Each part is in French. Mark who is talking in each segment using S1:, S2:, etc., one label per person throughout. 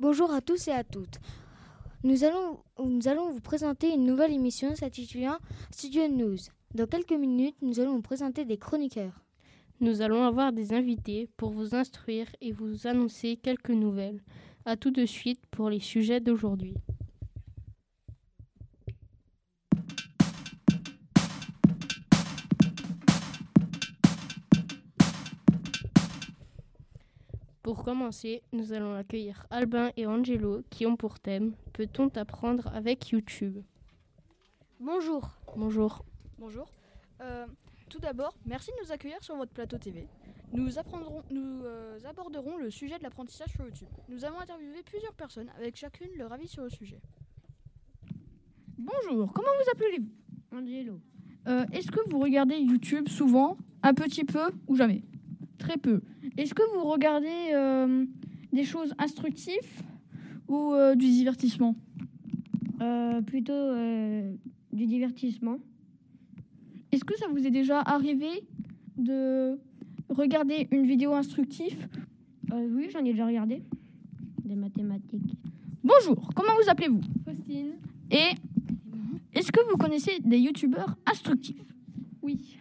S1: Bonjour à tous et à toutes. Nous allons, nous allons vous présenter une nouvelle émission s'intitulant Studio News. Dans quelques minutes, nous allons vous présenter des chroniqueurs.
S2: Nous allons avoir des invités pour vous instruire et vous annoncer quelques nouvelles. À tout de suite pour les sujets d'aujourd'hui. Pour commencer, nous allons accueillir Albin et Angelo qui ont pour thème Peut-on apprendre avec YouTube
S3: Bonjour.
S2: Bonjour.
S3: Bonjour. Euh, tout d'abord, merci de nous accueillir sur votre plateau TV. Nous, apprendrons, nous euh, aborderons le sujet de l'apprentissage sur YouTube. Nous avons interviewé plusieurs personnes avec chacune leur avis sur le sujet.
S4: Bonjour, comment vous appelez-vous
S5: Angelo.
S4: Euh, Est-ce que vous regardez YouTube souvent, un petit peu ou jamais Très peu. Est-ce que vous regardez euh, des choses instructives ou euh, du divertissement
S5: Euh, plutôt euh, du divertissement.
S4: Est-ce que ça vous est déjà arrivé de regarder une vidéo instructive
S5: Euh, oui, j'en ai déjà regardé. Des mathématiques.
S4: Bonjour, comment vous appelez-vous
S6: Faustine
S4: Et est-ce que vous connaissez des youtubeurs instructifs
S6: Oui.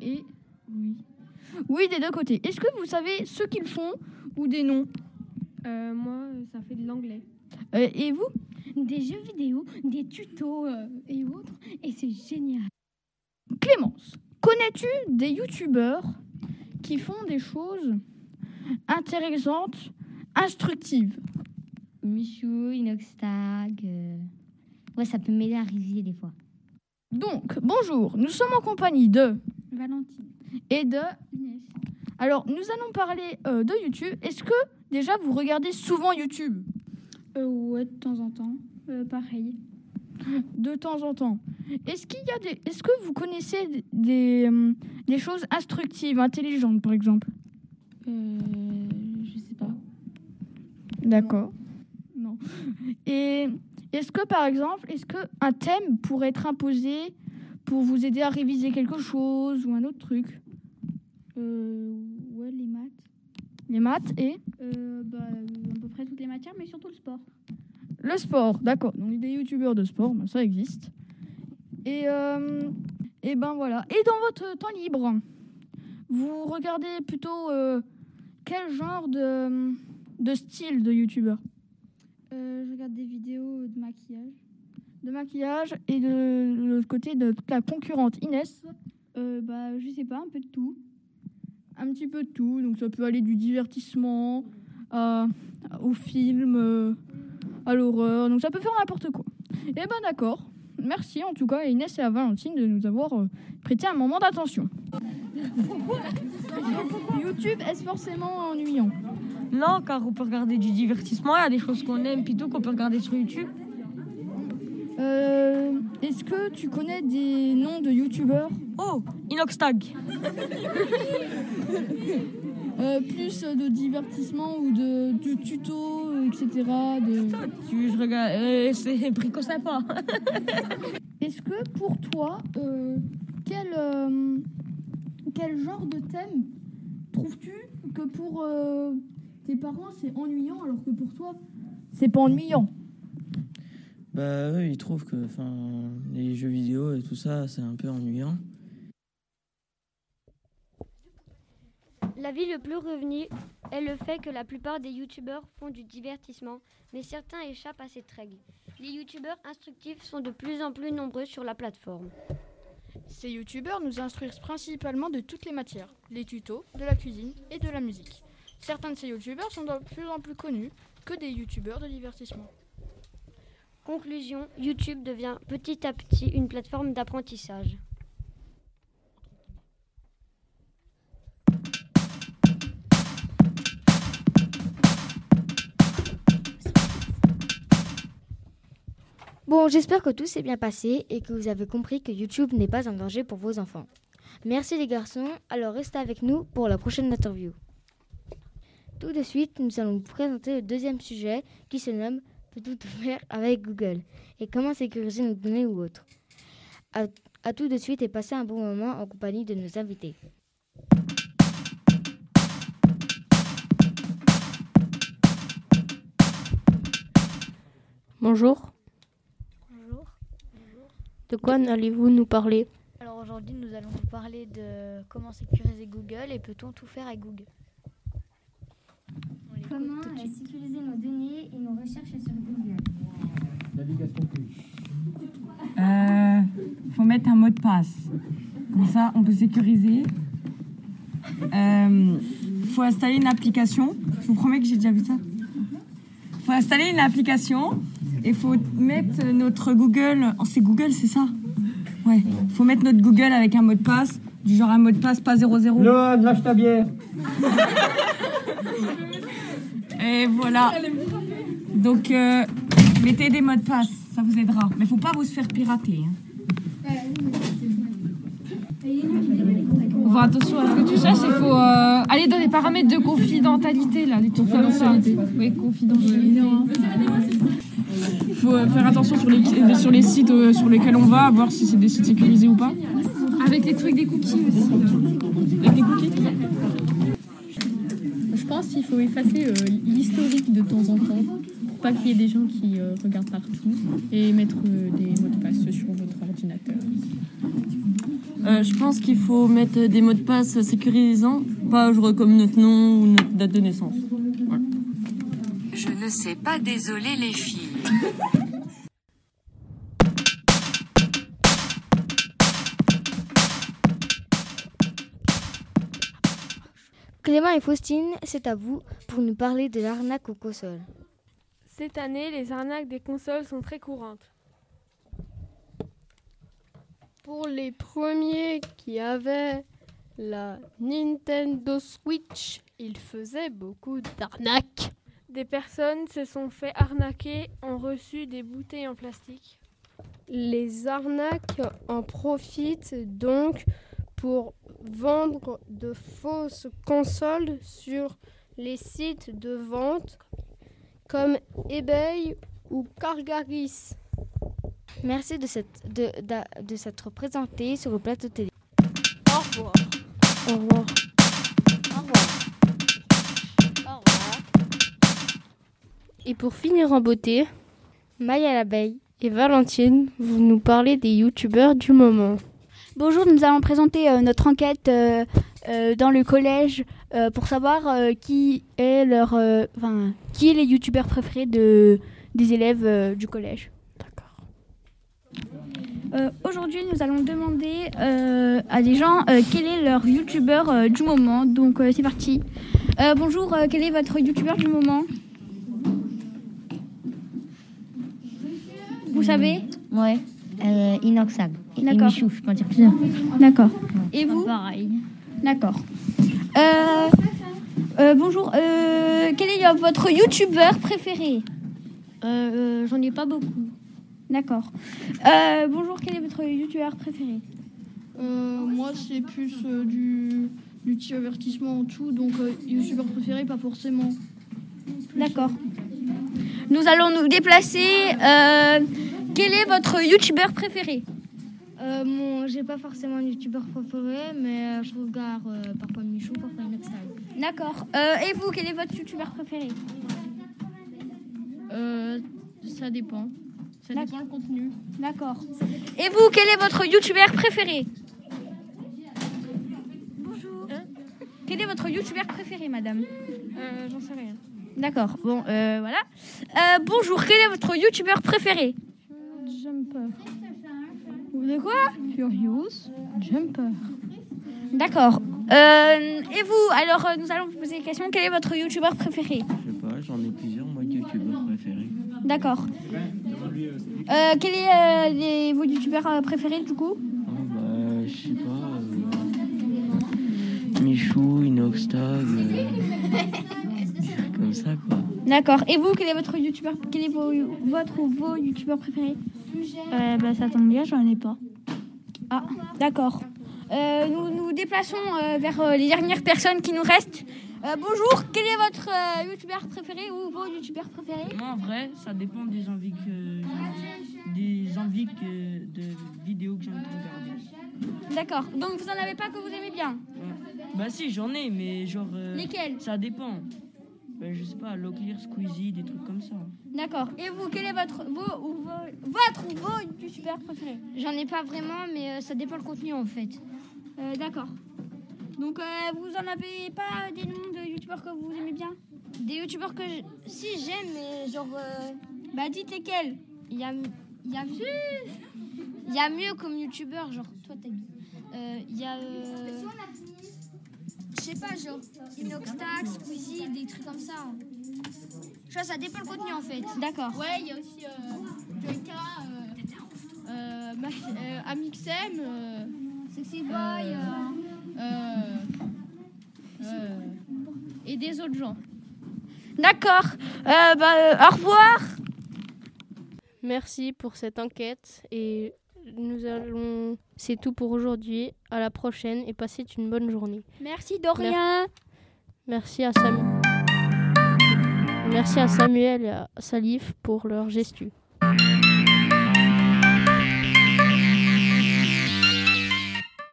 S4: Et oui. Oui, des deux côtés. Est-ce que vous savez ce qu'ils font ou des noms
S6: Euh, moi, euh, ça fait de l'anglais.
S4: Euh, Et vous
S7: des jeux vidéo, des tutos euh, et autres, et c'est génial.
S4: Clémence, connais-tu des youtubeurs qui font des choses intéressantes, instructives
S5: Michou, Inoxtag. euh, Ouais, ça peut m'aider à réviser des fois.
S4: Donc, bonjour, nous sommes en compagnie de
S6: Valentine.
S4: et de...
S6: Inès.
S4: Alors, nous allons parler euh, de YouTube. Est-ce que déjà vous regardez souvent YouTube
S6: Euh, ouais, de temps en temps. Euh, pareil.
S4: de temps en temps Est-ce qu'il y a des... Est-ce que vous connaissez des- des, hum, des choses instructives, intelligentes par exemple
S6: Euh, je sais pas.
S4: D'accord. Non. Et est-ce que, par exemple, est-ce que un thème pourrait être imposé pour vous aider à réviser quelque chose ou un autre truc
S6: Euh, ouais, les maths.
S4: Les maths et
S6: Euh, bah, euh, à peu près toutes les matières, mais surtout le sport.
S4: le sport. D'accord. Donc des youtubeurs de sport, ben, ça existe. Et, euh, et ben voilà. Et dans votre temps libre, vous regardez plutôt euh, quel genre de, de style de youtubeur
S6: Euh, je regarde des vidéos de maquillage.
S4: De maquillage et de, de l'autre côté de la concurrente Inès.
S6: Euh, bah, je sais pas, un peu de tout.
S4: un petit peu de tout. Donc ça peut aller du divertissement à- au film, euh, à l'horreur. Donc ça peut faire n'importe quoi. Eh ben d'accord. Merci en tout cas à Inès et à Valentine de nous avoir euh, prêté un moment d'attention. YouTube est forcément ennuyant.
S8: Non, car on peut regarder du divertissement, il y a des choses qu'on aime plutôt qu'on peut regarder sur YouTube.
S4: Euh, Est-ce que tu connais des noms de youtubeurs
S8: Oh, Inoxtag.
S4: euh, plus de divertissement ou de, de tuto, etc. de-
S8: Tu je regarde, euh, c'est Brico Sympa.
S4: Est-ce que pour toi, euh, quel, euh, quel genre de thème trouves-tu que pour euh, tes parents c'est ennuyant alors que pour toi c'est pas ennuyant
S9: Bah oui, ils trouvent que enfin les jeux vidéo et tout ça, c'est un peu ennuyant.
S10: L'avis le plus revenu est le fait que la plupart des youtubeurs font du divertissement, mais certains échappent à cette règle. Les youtubeurs instructifs sont de plus en plus nombreux sur la plateforme.
S3: Ces youtubeurs nous instruisent principalement de toutes les matières, les tutos, de la cuisine et de la musique. Certains de ces youtubeurs sont de plus en plus connus que des youtubeurs de divertissement.
S10: Conclusion, YouTube devient petit à petit une plateforme d'apprentissage.
S1: Bon, j'espère que tout s'est bien passé et que vous avez compris que YouTube n'est pas un danger pour vos enfants. Merci les garçons, alors restez avec nous pour la prochaine interview. Tout de suite, nous allons vous présenter le deuxième sujet qui se nomme Peut-on tout faire avec Google et comment sécuriser nos données ou autres. À, à tout de suite et passez un bon moment en compagnie de nos invités.
S2: Bonjour.
S11: Bonjour.
S2: De quoi allez-vous nous parler
S11: Alors aujourd'hui, nous allons vous parler de comment sécuriser Google et peut-on tout faire avec Google.
S12: Comment euh, sécuriser nos données et nos recherches sur Google
S13: Navigation plus.
S8: Euh, faut mettre un mot de passe. Comme ça, on peut sécuriser. Euh, faut installer une application. Je vous promets que j'ai déjà vu ça. Faut installer une application et faut mettre notre Google. Oh, c'est Google, c'est ça Ouais. Faut mettre notre Google avec un mot de passe, du genre un mot de passe pas 00.
S13: Lohan, lâche ta bière.
S8: Et voilà. Donc, euh, mettez des mots de passe, ça vous aidera. Mais faut pas vous se faire pirater. hein.
S14: On va attention à ce que tu cherches, il faut euh, aller dans les paramètres de confidentialité là, des trucs comme ça. Oui, confidentialité.
S15: Il faut euh, faire attention sur les, euh, sur les sites euh, sur lesquels on va, voir si c'est des sites sécurisés ou pas.
S14: Avec les trucs des cookies aussi.
S15: Avec des cookies
S16: Je pense qu'il faut effacer euh, l'historique de temps en temps pour pas qu'il y ait des gens qui euh, regardent partout et mettre euh, des mots de passe sur votre ordinateur.
S17: Euh, je pense qu'il faut mettre des mots de passe sécurisants, pas genre comme notre nom ou notre date de naissance.
S18: Je ne sais pas, désolé les filles.
S1: Clément et Faustine, c'est à vous pour nous parler de l'arnaque aux consoles.
S4: Cette année, les arnaques des consoles sont très courantes. Pour les premiers qui avaient la Nintendo Switch, ils faisaient beaucoup d'arnaques. Des personnes se sont fait arnaquer, ont reçu des bouteilles en plastique. Les arnaques en profitent donc pour vendre de fausses consoles sur les sites de vente comme eBay ou Cargaris.
S1: Merci de s'être de, d'a- de s'être présenté sur le plateau télé.
S4: Au revoir.
S2: Au revoir.
S4: Au revoir. Au revoir.
S2: Et pour finir en beauté,
S1: Maya l'abeille
S2: et Valentine, vous nous parlez des youtubeurs du moment.
S11: Bonjour, nous allons présenter euh, notre enquête euh, euh, dans le collège euh, pour savoir euh, qui est leur, euh, enfin, qui est les youtubeurs préférés de, des élèves euh, du collège.
S6: Euh, Aujourd'hui, nous allons demander euh, à des gens euh, quel est leur youtubeur euh, du moment. Donc, euh, c'est parti. Euh, bonjour, euh, quel est votre youtubeur du moment Vous savez
S12: Ouais. Euh, inoxable.
S6: D'accord.
S12: Et Michou, je peux en dire plusieurs.
S6: D'accord.
S12: Et vous Pareil.
S6: D'accord. Euh, euh, bonjour, euh, quel est votre youtubeur préféré Euh, J'en ai pas beaucoup. D'accord. Euh, bonjour, quel est votre youtubeur préféré
S19: moi, c'est plus euh, du, du petit avertissement en tout, donc euh, youtubeur préféré, pas forcément.
S6: D'accord. Nous allons nous déplacer. euh, quel est votre youtubeur préféré
S20: Euh, mon, j'ai pas forcément un youtubeur préféré, mais euh, je regarde euh, parfois Michou, parfois Inoxtag.
S6: D'accord. Euh, et vous, quel est votre youtubeur préféré
S16: Euh, ça dépend. Ça dépend le contenu.
S6: D'accord. Et vous, quel est votre youtubeur préféré Bonjour. quel est votre youtubeur préféré, madame
S16: Euh, J'en sais rien.
S6: D'accord. Bon, euh, voilà. Euh, bonjour, quel est votre youtubeur préféré
S14: Jumper.
S6: De quoi
S14: Furious Jumper.
S6: D'accord. Euh, et vous, alors euh, nous allons vous poser la question, quel est votre youtubeur préféré
S9: Je sais pas, j'en ai plusieurs, moi, qui youtubeurs préférés.
S6: D'accord. Euh, quel est euh, les- vos youtubeurs euh, préférés du coup
S9: Ah, bah, je sais pas. euh, Michou, Inoxtag, euh, comme ça, quoi.
S6: D'accord. Et vous, quel est votre youtubeur quel est vos- votre ou vos youtubeurs préférés
S20: bah, ça tombe bien, j'en ai pas.
S6: Ah, d'accord. Euh, nous nous déplaçons euh, vers euh, les dernières personnes qui nous restent. Euh, bonjour, quel est votre euh, youtubeur préféré ou vos youtubeurs préférés
S8: Moi, en vrai, ça dépend des envies que des envies que- de vidéos que j'ai envie de regarder.
S6: D'accord. Donc vous en avez pas que vous aimez bien
S8: Bah si, j'en ai, mais genre... euh,
S6: Lesquels
S8: Ça dépend. ben, je sais pas, Locklear, Squeezie, des trucs comme ça.
S21: D'accord. Et vous, quel est votre vos ou vos- votre ou vos youtubeurs préférés
S6: J'en ai pas vraiment, mais euh, ça dépend le contenu en fait.
S21: Euh, D'accord. Donc euh, vous en avez pas des noms de youtubeurs que vous aimez bien
S6: Des youtubeurs que j- si j'aime, mais genre. euh,
S21: Bah dites lesquels
S6: Il y a, il y a mieux. Il y a mieux comme youtubeur, genre toi t'as. Euh, Il y a. euh, Je sais pas, genre Inoxtax, Squeezie, des trucs comme ça. hein. Je vois, ça dépend le contenu en fait.
S21: D'accord.
S4: Ouais, il y a aussi euh, Joyka, euh, euh, Max- euh, Amixem, euh, Sexy Boy, euh, euh, et des autres gens.
S21: D'accord. Euh, bah, euh, au revoir.
S2: Merci pour cette enquête et nous allons. C'est tout pour aujourd'hui. À la prochaine et passez une bonne journée.
S22: Merci Dorian.
S2: Mer- Merci à Samuel. Merci à Samuel et à Salif pour leur gestu.